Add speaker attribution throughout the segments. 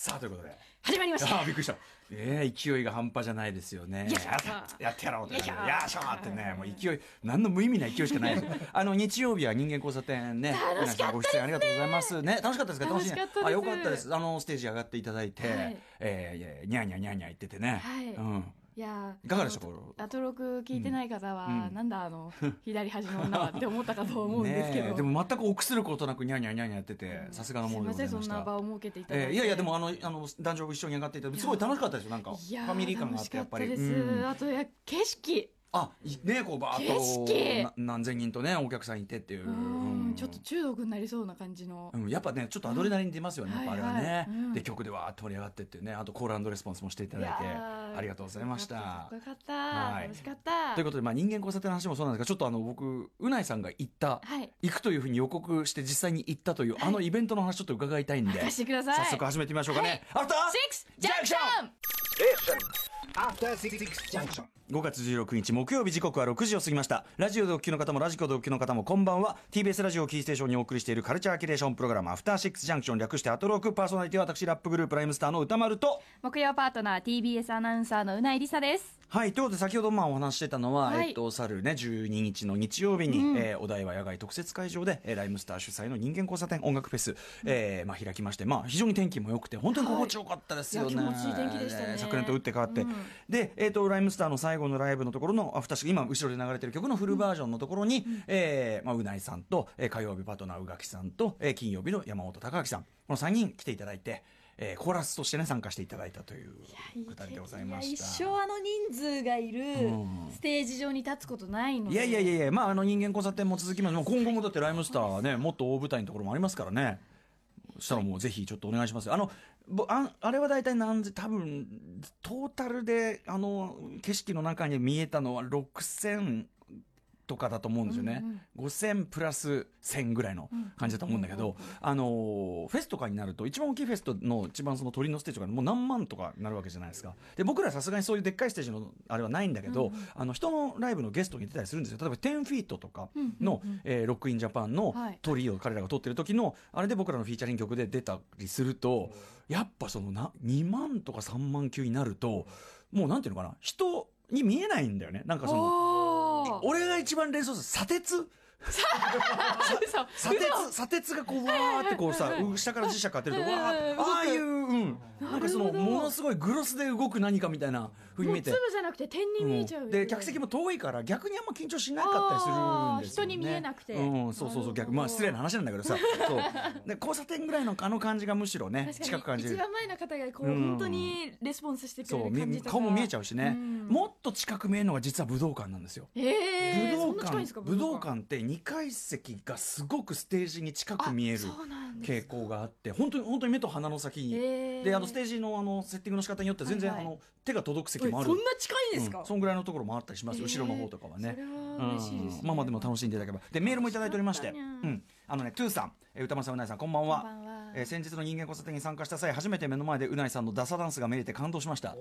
Speaker 1: さあ、ということで。
Speaker 2: 始まりました
Speaker 1: ああ、びっくりした。ええ勢いが半端じゃないですよね。
Speaker 2: よいしょ
Speaker 1: やったやってやろうって感じで。
Speaker 2: よ
Speaker 1: や
Speaker 2: い
Speaker 1: っ
Speaker 2: し
Speaker 1: し
Speaker 2: ょ
Speaker 1: ょーってね、もう勢い、何の無意味な勢いしか ないですよ。あの、日曜日は人間交差点ね、皆さんご出演ありがとうございます。ね、楽しかったですか
Speaker 2: 楽しかったです
Speaker 1: ねあ、よかったです。あの、ステージ上がっていただいて、
Speaker 2: はい
Speaker 1: えーいや、にゃーにゃーにゃーにゃー言っててね。
Speaker 2: はい
Speaker 1: うん。
Speaker 2: いやー
Speaker 1: いかがでしたか
Speaker 2: あのアトロク聞いてない方は、
Speaker 1: うん
Speaker 2: なんだあの左端の女はって思ったかと思うんですけ
Speaker 1: ね
Speaker 2: ど、
Speaker 1: えでも全く臆することなくにゃーにゃーにゃーにゃーやってて、さすがのものでござい
Speaker 2: すい
Speaker 1: ま
Speaker 2: ま
Speaker 1: し
Speaker 2: せんそん
Speaker 1: た。
Speaker 2: な場を設けていただい
Speaker 1: え
Speaker 2: て、
Speaker 1: ーいやいや、でもあの、あの、男女一緒に上がっていただいて、すごい楽しかったですよ、なんか。フ
Speaker 2: いやー
Speaker 1: ァミリー感があって、やっぱり。
Speaker 2: 楽しかったです、
Speaker 1: うん
Speaker 2: あとや景色
Speaker 1: あ、いねこうバー
Speaker 2: 景色
Speaker 1: ッとな何千人とね、お客さんいてっていう。
Speaker 2: う
Speaker 1: うんん
Speaker 2: ちょっと中毒になりそうな感じの、
Speaker 1: うん、やっぱね、ちょっとアドレナリン出ますよね、
Speaker 2: うん
Speaker 1: やっぱあれはね。
Speaker 2: はいはいうん
Speaker 1: で、曲でわーっと盛り上がってっていうね、あとコールレスポンスもしていただいて、
Speaker 2: いやー
Speaker 1: ありがとうございまし
Speaker 2: か
Speaker 1: た
Speaker 2: っこ。よかった、
Speaker 1: はい
Speaker 2: 楽しかった
Speaker 1: ということで、まあ人間交差点の話もそうなんですが、ちょっとあの、僕、うないさんが行った、
Speaker 2: はい
Speaker 1: 行くというふうに予告して実際に行ったという、あのイベントの話ちょっと伺いたいんで、
Speaker 2: 任せてください
Speaker 1: 早速始めてみましょうかね。アフター
Speaker 2: シックスジャンクション
Speaker 3: After Six Junction.
Speaker 1: 5月16日木曜日時刻は6時を過ぎましたラジオでお聞きの方もラジコでお聞きの方もこんばんは TBS ラジオをキーステーションにお送りしているカルチャーキュレーションプログラム「アフターシックスジャンクション」略してアトロークパーソナリティは私ラップグループライムスターの歌丸と
Speaker 2: 木曜パートナー TBS アナウンサーのうないりさです
Speaker 1: はいということで先ほどまあお話ししてたのは、
Speaker 2: はい
Speaker 1: えっと去るね12日の日曜日に、えーお台場野外特設会場で、えーライムスター主催の人間交差点音楽フェス、えーまあ、開きまして、まあ、非常に天気も良くて本当に心地よかったですよね、
Speaker 2: はいいや気持ちいい天気でしたね
Speaker 1: 昨年と打って変わって、
Speaker 2: うん
Speaker 1: で、えっ、と、ライムスターの最後のライブのところの、あ、ふたし、今、後ろで流れてる曲のフルバージョンのところに、えーまあ、うないさんと、えー火曜日パートナー、うがきさんと、えー金曜日の山本隆明さん、この3人来ていただいて、えーコーラスとしてね、参加していただいたという、くだりでございました。
Speaker 2: 一生あの人数がいるステージ上に立つことないので
Speaker 1: いやいやいやいや、まあ、あの人間交差点も続きます。もう今後もだってライムスターはね、もっと大舞台のところもありますからね。そしたらもうぜひちょっとお願いします。あの、ぼああれは大体何時、多分、トータルで、あの、景色の中に見えたのは6000、とかだと思うんですよね、5000プラス1000ぐらいの感じだと思うんだけど、あのーフェスとかになると一番大きいフェストの一番その鳥のステージとかもう何万とかなるわけじゃないですかで僕らさすがにそういうでっかいステージのあれはないんだけど、あの人のライブのゲストに出たりするんですよ例えば10フィートとかの、えーロックインジャパンの
Speaker 2: はい
Speaker 1: 鳥を彼らが撮ってる時のあれで僕らのフィーチャリング曲で出たりするとやっぱそのな2万とか3万級になるともうなんていうのかな人に見えないんだよねなんかその
Speaker 2: おー
Speaker 1: 俺が一番連想する砂鉄
Speaker 2: 嘘
Speaker 1: 砂鉄砂鉄がこうわーってこうさう下から磁石当てるとわー
Speaker 2: うん
Speaker 1: ああいううんなんかそ
Speaker 2: な
Speaker 1: の
Speaker 2: るほど
Speaker 1: ものすごいグロスで動く何かみたいなふうに
Speaker 2: も
Speaker 1: 見え
Speaker 2: う
Speaker 1: て
Speaker 2: 粒じゃなくて点に見えちゃう、
Speaker 1: んで客席も遠いから逆にあんま緊張しなかったりするんですよ、ね、
Speaker 2: あー人に見えなくて
Speaker 1: うん、そうそうそう
Speaker 2: なるほ
Speaker 1: 逆
Speaker 2: ど
Speaker 1: まあ失礼な話なんだけ どさそうで交差点ぐらいのあの感じがむしろね
Speaker 2: 確かに
Speaker 1: 近く感じ
Speaker 2: 一
Speaker 1: る
Speaker 2: 番前の方がこう、
Speaker 1: うん
Speaker 2: 本当にレスポンスしてく
Speaker 1: そ
Speaker 2: れ
Speaker 1: う
Speaker 2: る感
Speaker 1: み
Speaker 2: じとか
Speaker 1: 顔も見えちゃうしね、
Speaker 2: ん
Speaker 1: もっと近く見えるのが実は武道館なんですよ
Speaker 2: えー、
Speaker 1: 武
Speaker 2: そん
Speaker 1: 道館
Speaker 2: な近いんですか
Speaker 1: 武道館って2階席がすごくステージに近く見える
Speaker 2: あそうなんです
Speaker 1: 傾向があって本当に本当に目と鼻の先に、
Speaker 2: へー
Speaker 1: であのステージのあのセッティングの仕方によって全然、
Speaker 2: はいはい
Speaker 1: あの手が届く席
Speaker 2: えそん
Speaker 1: もあ
Speaker 2: な
Speaker 1: る
Speaker 2: 近いんですか、
Speaker 1: うんそんぐらいのところもあったりします、
Speaker 2: へー
Speaker 1: 後ろの方とかはね
Speaker 2: それは嬉しいですね
Speaker 1: うんまあまあでも楽しんでいただければでメールもいただいておりまして、う
Speaker 2: よかったにゃ
Speaker 1: ん、あのねトゥーさん、えー歌丸さんうないさんこんばんは
Speaker 2: こんばんは
Speaker 1: えー先日の人間交差点に参加した際初めて目の前でうないさんのダサダンスが見れて感動しました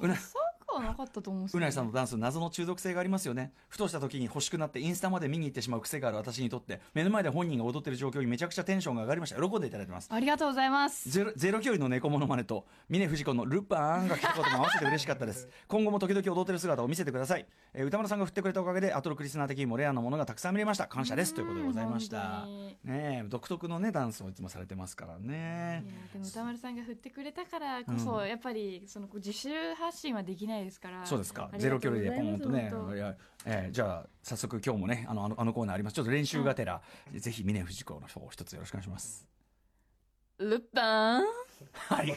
Speaker 1: うな
Speaker 2: そうかはなかったと思うんですけ
Speaker 1: う
Speaker 2: ど
Speaker 1: ないさんのダンス謎の中毒性がありますよねふとした時に欲しくなってインスタまで見に行ってしまう癖がある私にとって目の前で本人が踊ってる状況にめちゃくちゃテンションが上がりました喜んでいただいてます
Speaker 2: ありがとうございます
Speaker 1: ゼロゼロ距離の猫モノマネと峰不二子のルパンが来たことも合わせて嬉しかった です今後も時々踊ってる姿を見せてください、えー歌丸さんが振ってくれたおかげでアトロクリスナー的にもレアなものがたくさん見れました感謝ですということでございました
Speaker 2: 本当に
Speaker 1: ねえ独特のねダンスをいつもされてますからね
Speaker 2: いやでも歌丸さんが振ってくれたからこそ、やっぱりそのこう自主発信はできないですから
Speaker 1: そうですか
Speaker 2: あ。り
Speaker 1: ゼ
Speaker 2: が
Speaker 1: ロ
Speaker 2: と
Speaker 1: 距
Speaker 2: うご
Speaker 1: 離
Speaker 2: ざ
Speaker 1: で
Speaker 2: い
Speaker 1: ポ
Speaker 2: ま
Speaker 1: ン
Speaker 2: す
Speaker 1: とね。
Speaker 2: 本当
Speaker 1: いやえーじゃあ、早速今日もね、あの、あのあのコーナーあります。ちょっと練習がてら、ぜひ、峰藤子の方を一つよろしくお願いします。
Speaker 2: ルパン
Speaker 1: はい。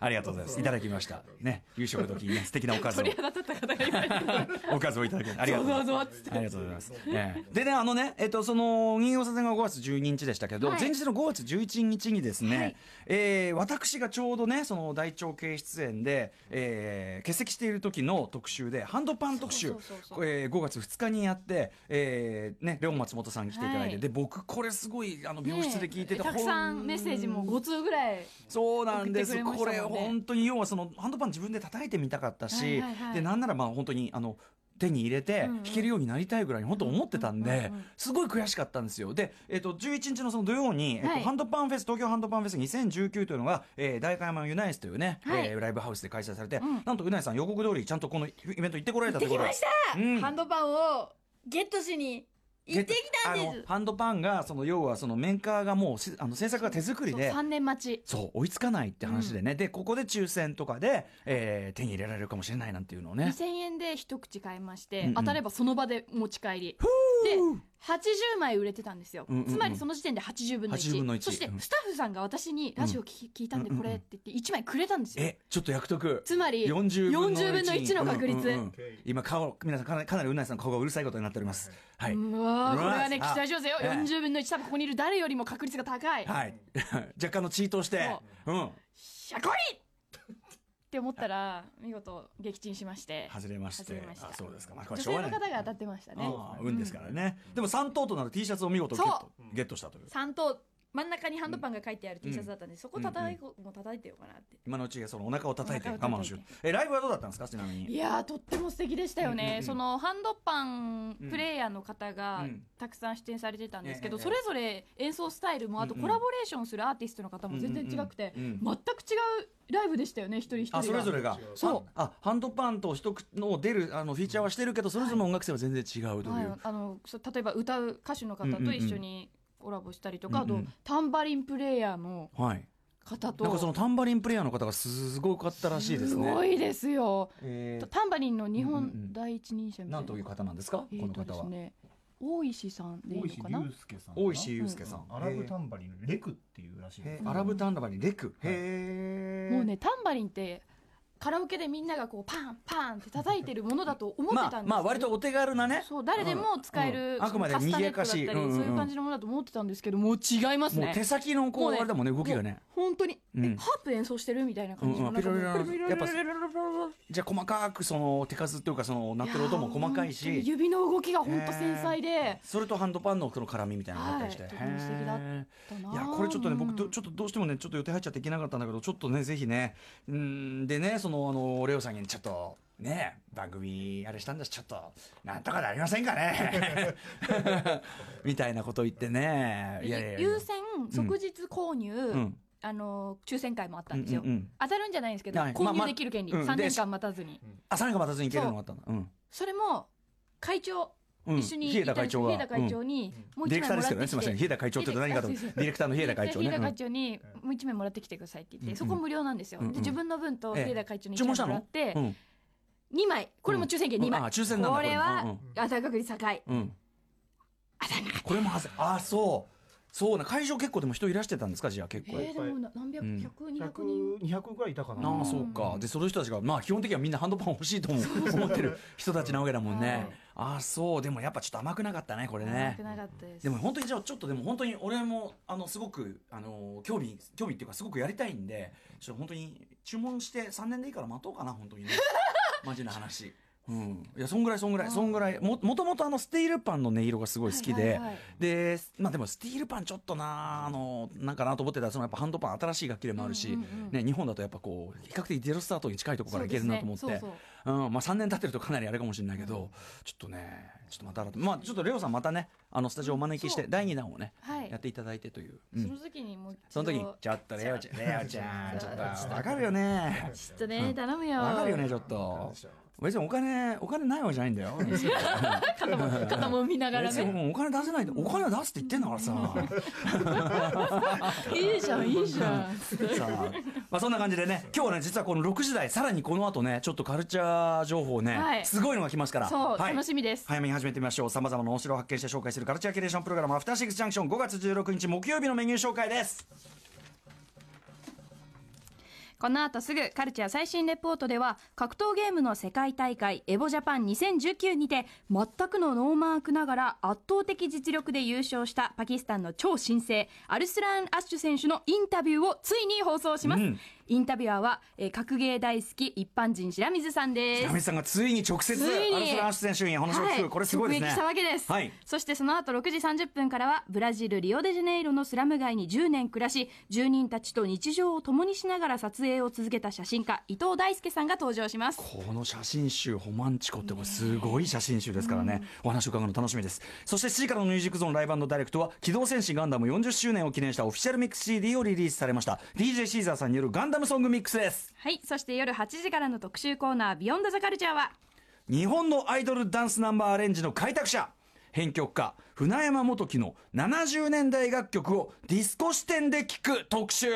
Speaker 1: ありがとうございます。いただきました。ね。夕食の時にね、素敵なおかずを
Speaker 2: 鳥、肌立った方がいました
Speaker 1: おかずをいただきました。ありがとうござい
Speaker 2: ゾワ
Speaker 1: ま
Speaker 2: ゾワっつっ
Speaker 1: す。ありがとうござい ます。ええでね、あのね、えっと、その、人形座禅が5月12日でしたけど、
Speaker 2: はい
Speaker 1: 前日の5月11日にですね、
Speaker 2: はい
Speaker 1: えー私がちょうどね、その大腸系出演で、えー欠席している時の特集で、ハンドパン特集、
Speaker 2: そうそうそうそう
Speaker 1: えー5月2日にやって、えーね、レオン松本さん来ていただいて、
Speaker 2: はい
Speaker 1: で、僕、これすごい、あの、病室で聞いてて、
Speaker 2: ねえたくさんメッセージも5通ぐらい
Speaker 1: そうなんで
Speaker 2: 送
Speaker 1: す。
Speaker 2: ってくれま
Speaker 1: こ
Speaker 2: したもん
Speaker 1: れ
Speaker 2: ね
Speaker 1: 本当に要はそのハンドパン自分で叩いてみたかったし、
Speaker 2: はいはいはい
Speaker 1: でなんならまあ本当にあの。手に入れて
Speaker 2: うんうん
Speaker 1: 弾けるようになりたいぐらいに本当思ってたん
Speaker 2: うんうんう
Speaker 1: で
Speaker 2: んうん
Speaker 1: すごい悔しかったんですよで、えっと11日のその土曜に、えっと
Speaker 2: はい
Speaker 1: ハンドパンフェス東京ハンドパンフェス2019というのが、えー、大会山ユナイスというね、
Speaker 2: はい
Speaker 1: えーライブハウスで開催されて、
Speaker 2: うん
Speaker 1: なんとユナイさん予告通りちゃんとこのイベント行ってこられたと
Speaker 4: で
Speaker 1: いうこ
Speaker 4: き
Speaker 1: と
Speaker 4: ました、
Speaker 1: うん
Speaker 4: ハンドパンをゲットしに行ってきたんで
Speaker 1: あの
Speaker 4: す
Speaker 1: ハンドパンがその要はそのメーカーがもうせあの制作が手作りで
Speaker 2: 3年待ち
Speaker 1: そう追いつかないって話でね、でここで抽選とかで、えー手に入れられるかもしれないなんていうのをね
Speaker 2: 2000円で一口買いまして、
Speaker 1: うんうん
Speaker 2: 当たればその場で持ち帰りで80枚売れてたんですよ、
Speaker 1: うんうんうん
Speaker 2: つまりその時点で80分の1
Speaker 1: 80分の1
Speaker 2: そして
Speaker 1: うん
Speaker 2: スタッフさんが私にラジオ聞き聞いたんでこれって言って1枚くれたんですよ、
Speaker 1: えちょっと役得
Speaker 2: つまり
Speaker 1: 40
Speaker 2: 40分の1の確率
Speaker 1: うんうんうん今顔皆さんかなりかなりうなえさんの顔がうるさいことになっておりますはいう
Speaker 2: わー
Speaker 1: うわー
Speaker 2: これはね期
Speaker 1: あ
Speaker 2: 待しますよ
Speaker 1: ええ
Speaker 2: 40分の1多分ここにいる誰よりも確率が高い
Speaker 1: はい若干のチートをしてうん
Speaker 2: しゃこりって思ったら見事撃沈しまして
Speaker 1: 外れまして
Speaker 2: 外れました
Speaker 1: あそうですかまあこれ
Speaker 2: 女
Speaker 1: しょう
Speaker 2: 性
Speaker 1: がな
Speaker 2: の
Speaker 1: い
Speaker 2: 方が当たってましたね
Speaker 1: ああ運ですからねでも3等となる T シャツを見事ゲットゲットしたという
Speaker 4: 3と真ん中にハンドパンが書いてある T シャツだったんで、そこ叩い,、もう叩いてようかなって
Speaker 1: 今のうちそのお腹を叩いて
Speaker 2: お
Speaker 1: 我
Speaker 2: 腹を
Speaker 1: 慢
Speaker 2: 叩いて
Speaker 1: をしようえライブはどうだったんですかちなみ
Speaker 2: い
Speaker 1: に
Speaker 2: やーとっても素敵でしたよね、
Speaker 1: うんうんうん
Speaker 2: そのハンドパン
Speaker 1: うん
Speaker 2: プレイヤーの方
Speaker 1: う
Speaker 2: が
Speaker 1: ん
Speaker 2: たくさん出演されてたんですけど、
Speaker 1: ええええ
Speaker 2: それぞれ演奏スタイルもあと
Speaker 1: うんうん
Speaker 2: コラボレーションするアーティストの方も全然違くて、
Speaker 1: うんうんうん
Speaker 2: 全く違うライブでしたよね一人一人が
Speaker 1: あそれぞれが
Speaker 2: そう
Speaker 1: ああハンドパンと一口の出るあのフィーチャーはしてるけどそれぞれの音楽性は全然違うとい
Speaker 2: はいうあのそう例えば歌う歌手の方と一緒にコラボしたりとか、
Speaker 1: うんうん
Speaker 2: あとタンバリンプレイヤーの
Speaker 1: はい
Speaker 2: 方と
Speaker 1: なんかそのタンバリンプレイヤーの方がすごかったらしいです
Speaker 2: す
Speaker 1: ね
Speaker 2: ごいですよ、
Speaker 1: えー
Speaker 2: タンバリンの日
Speaker 1: うんうんう
Speaker 2: 本
Speaker 1: ん
Speaker 2: 第一人者みたいな、
Speaker 1: なんという方なんですか、
Speaker 2: えー
Speaker 1: この
Speaker 2: と
Speaker 1: 方は。
Speaker 2: ですね大石さんでいい
Speaker 5: 大
Speaker 2: の
Speaker 5: 石
Speaker 2: かな
Speaker 5: 祐介さんかな
Speaker 1: 大石祐介さん。
Speaker 5: アラブタ
Speaker 1: ン
Speaker 5: ンバリンレクっていうらしいです
Speaker 2: うん
Speaker 1: アラブタンダバリンレク。
Speaker 5: はい
Speaker 1: へえ。
Speaker 2: もうねタンバリンってカラオケでみんながこうパンパンって叩いてるものだと思ってたん
Speaker 1: まあ、
Speaker 2: ですよ
Speaker 1: まあ、割とお手軽なね。
Speaker 2: そう誰でも使え
Speaker 1: うんう
Speaker 2: る、
Speaker 1: んあくまで
Speaker 2: カスタ
Speaker 1: 賑
Speaker 2: ネットだったり、
Speaker 1: やかしいうんうん
Speaker 2: そういう感じのものだと思ってたんですけどもう違います
Speaker 1: もう手
Speaker 2: ね
Speaker 1: 先のこ
Speaker 2: も
Speaker 1: う
Speaker 2: うね
Speaker 1: あれだもんね動きがね。
Speaker 2: 本当に、
Speaker 1: うん
Speaker 2: えハープ演奏してるみたいな感じ
Speaker 1: う
Speaker 2: の
Speaker 1: ん
Speaker 2: なんかもう
Speaker 1: うんピロピロピロ
Speaker 2: ピロピロピロピロピロ
Speaker 1: じゃあ細かくその手数というかその鳴ってる音も細かい
Speaker 2: やー本当に
Speaker 1: し。
Speaker 2: 指の動きが本当繊細で、
Speaker 1: それとハンドパンのこの絡みみたいなのがあったりして、
Speaker 2: はいとても素敵だっ
Speaker 1: へ
Speaker 2: だ
Speaker 1: ー
Speaker 2: なー
Speaker 1: いやこれちょっとね、僕
Speaker 2: う
Speaker 1: ど
Speaker 2: ん
Speaker 1: ちょっとどうしてもねちょっと予定入っちゃっていけなかったんだけどちょっとねぜひねうんでねそのあのレオさんにちょっとね番組あれしたんだしちょっとなんとかなりませんか ねみたいなこと言ってねいやいやいや
Speaker 2: 優先即日購入、
Speaker 1: ん
Speaker 2: あのー抽選会もあったんですよ、
Speaker 1: うんうんうん
Speaker 2: 当たるんじゃないんですけど、
Speaker 1: はい
Speaker 2: 購
Speaker 1: まあ
Speaker 2: 入できる権利、
Speaker 1: まあうん
Speaker 2: 3
Speaker 1: で
Speaker 2: 年間待たずに
Speaker 1: あ3年間待たずに行けるのがあったんだうん
Speaker 2: それも会長、
Speaker 1: うん
Speaker 2: 一緒に
Speaker 1: 日枝会長が
Speaker 2: 日枝会長に、もう
Speaker 1: ディ
Speaker 2: 一
Speaker 1: レク
Speaker 2: 枚
Speaker 1: ターですけ
Speaker 2: もらっ
Speaker 1: どね
Speaker 2: て
Speaker 1: す
Speaker 2: き
Speaker 1: みません
Speaker 2: て
Speaker 1: 日枝会長って何かと
Speaker 2: あ
Speaker 1: デ
Speaker 2: すいません
Speaker 1: ィレクターの日枝会長
Speaker 2: 日
Speaker 1: ね
Speaker 2: 枝
Speaker 1: う
Speaker 2: 会
Speaker 1: ん
Speaker 2: 長にもう一枚もらってきてくださいって言って、
Speaker 1: うん
Speaker 2: そこ無料なんですよ、
Speaker 1: うんうん
Speaker 2: で自分の分と
Speaker 1: ええ
Speaker 2: 日枝会長に
Speaker 1: 注
Speaker 2: 1
Speaker 1: 文
Speaker 2: 枚
Speaker 1: した
Speaker 2: もら
Speaker 1: の
Speaker 2: って
Speaker 1: うん
Speaker 2: 2枚これも抽選券2枚、
Speaker 1: うんあ抽選なんだ
Speaker 2: これは
Speaker 1: これも
Speaker 2: 当たる確率高い
Speaker 1: うんこれもはずあそうそうな会場結構でも人いらしてたんですかじゃあ結
Speaker 2: え
Speaker 1: 構
Speaker 2: ー、でもな何百、
Speaker 1: うん
Speaker 2: 百二百人
Speaker 5: 100 200ぐらいいたかな
Speaker 1: ああそうかでその人たちがまあ基本的にはみんなハンドパン欲しいとも思ってる人たちなわけだもんねああそうでもやっぱちょっと甘くなかったねこれ
Speaker 2: 少
Speaker 1: ね
Speaker 2: なかったです
Speaker 1: でも本当にじゃあちょっとでも本当に俺もあのすごくあの興味興味っていうかすごくやりたいんでちょっと本当に注文して3年でいいから待とうかな本 当にねマジな話。うん、いやそんぐらいそんぐらいそんぐらいももともとあのスティールパンの音色がすごい好きで、
Speaker 2: はいはいはい
Speaker 1: でまあでもスティールパンちょっとなあのなんかなと思ってたらそのやっぱハンドパン新しい楽器でもあるし、
Speaker 2: うんうんうん
Speaker 1: ね、日本だとやっぱこう比較的ゼロスタートに近いところからいけるなと思って
Speaker 2: そうですねそう
Speaker 1: うんまあ、3年経ってるとかなりあれかもしれないけど、ちょっとねちょっとまた改めまあちょっとレオさんまたねあのスタジオお招きして
Speaker 2: そう
Speaker 1: 第2弾をね、
Speaker 2: はい
Speaker 1: やっていただいてという、う
Speaker 2: その
Speaker 1: ん、
Speaker 2: 時にもう一度
Speaker 1: その時に「
Speaker 2: ち
Speaker 1: ちょっとレオちゃんレオちゃんちょっと
Speaker 2: ちょっと
Speaker 1: わかるよね
Speaker 2: ょっとね頼むよ
Speaker 1: わかるよねちょっと別にお金お金ないわけじゃないんだ よ別に
Speaker 2: 肩も肩も見ながら ね
Speaker 1: お金出せないんだお金出すって言ってんだからさ。
Speaker 2: いいじゃんいいじゃ ん
Speaker 1: さあ、まあそんな感じでね、今日はね、実はこの6時台、さらにこの後ね、ちょっとカルチャー情報ね、
Speaker 2: はい
Speaker 1: すごいのが来ますから、
Speaker 2: そう
Speaker 1: はい
Speaker 2: 楽しみです
Speaker 1: 早めに始めてみましょう。様々なお城を発見して紹介するカルチャーキュレーションプログラム、アフターシックスジャンクション5月16日木曜日のメニュー紹介です。
Speaker 4: この後すぐカルチャー最新レポートでは格闘ゲームの世界大会エボジャパン2019にて全くのノーマークながら圧倒的実力で優勝したパキスタンの超新星アルスラン・アッシュ選手のインタビューをついに放送します、
Speaker 1: うん
Speaker 2: インタビュアーは、えー格ゲー大好き一般人白水さんです
Speaker 1: ラミさんがついに直接
Speaker 2: ついに
Speaker 1: アルスラーシュ選手に話を聞く、これすごいです
Speaker 2: 直撃
Speaker 1: ね
Speaker 2: したわけです、
Speaker 1: はい
Speaker 2: そしてその後6時30分からはブラジルリオデジャネイロのスラム街に10年暮らし住人たちと日常を共にしながら撮影を続けた写真家伊藤大輔さんが登場します
Speaker 1: この写真集「ホマンチコ」ってこれすごい写真集ですからね、お話を伺うの楽しみですそして7時からの「ミュージックゾーンライブダイレクト」は「機動戦士ガンダム」40周年を記念したオフィシャルミックス CD をリリースされました DJ シーザーさんによるガンダムソングミックスです
Speaker 2: はいそして夜8時からの特集コーナー「ビヨンドザカルチャーは
Speaker 1: 日本のアイドルダンスナンバーアレンジの開拓者編曲家船山元樹の70年代楽曲をディスコ視点で聴く特集、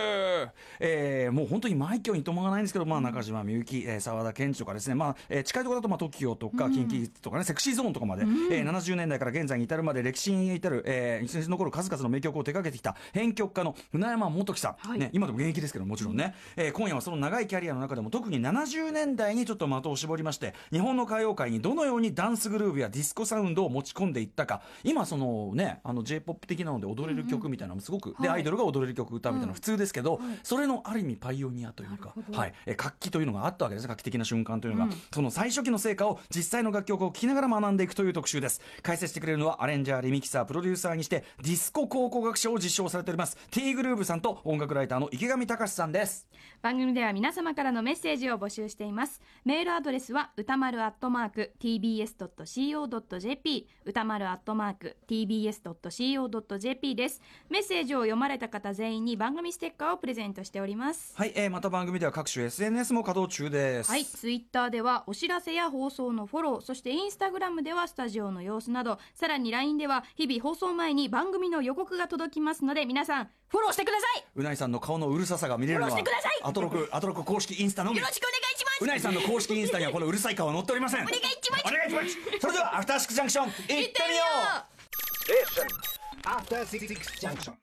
Speaker 1: えーもう本当に毎挙にともがないんですけど、まあ、中島みゆき、えー沢田研二とかですね、まあえー近いところだと、まあ、TOKIO とか KinKi とかね、セクシーゾーンとかまで、えー70年代から現在に至るまで歴史に至る、えー、一日残る数々の名曲を手掛けてきた編曲家の船山元樹さん、ね、今でも現役ですけどもちろんね、えー今夜はその長いキャリアの中でも特に70年代にちょっと的を絞りまして日本の歌謡界にどのようにダンスグルーヴやディスコサウンドを持ち込んでいったか今そのねあの j p o p 的なので踊れる曲みたいなのもすごく、で、アイドルが踊れる曲歌うみたいなの普通ですけど、それのある意味パイオニアというか、はいえー活気というのがあったわけです画期的な瞬間というのが、その最初期の成果を実際の楽曲を聴きながら学んでいくという特集です解説してくれるのはアレンジャーリミキサープロデューサーにしてディスコ考古学賞を受賞されております T グルーヴさんと音楽ライターの池上隆さんです
Speaker 2: 番組では皆様からのメッセージを募集していますメールアドレスは歌丸アットマーク tbs.co.jp 歌丸アットマーク tbs.co.jp ですメッセージを読まれた方全員に番組ステッカーをプレゼントしております
Speaker 1: はい、えー、また番組では各種 SNS も稼働中です。
Speaker 2: はい、ツイッターではお知らせや放送のフォロー、そしてインスタグラムではスタジオの様子など、さらに LINE では日々放送前に番組の予告が届きますので、皆さん、フォローしてくださいう
Speaker 1: なぎさんの顔のうるささが見れるのは
Speaker 2: フォローしてください
Speaker 1: アトロクアトロク公式インスタのみ
Speaker 2: よろしくお願いします
Speaker 1: うなぎさんの公式インスタにはこのうるさい顔は載っておりませんお願
Speaker 2: いします
Speaker 1: お願いしますそれではアフターシックスジャンクション行ってみよう
Speaker 6: After Six Junction.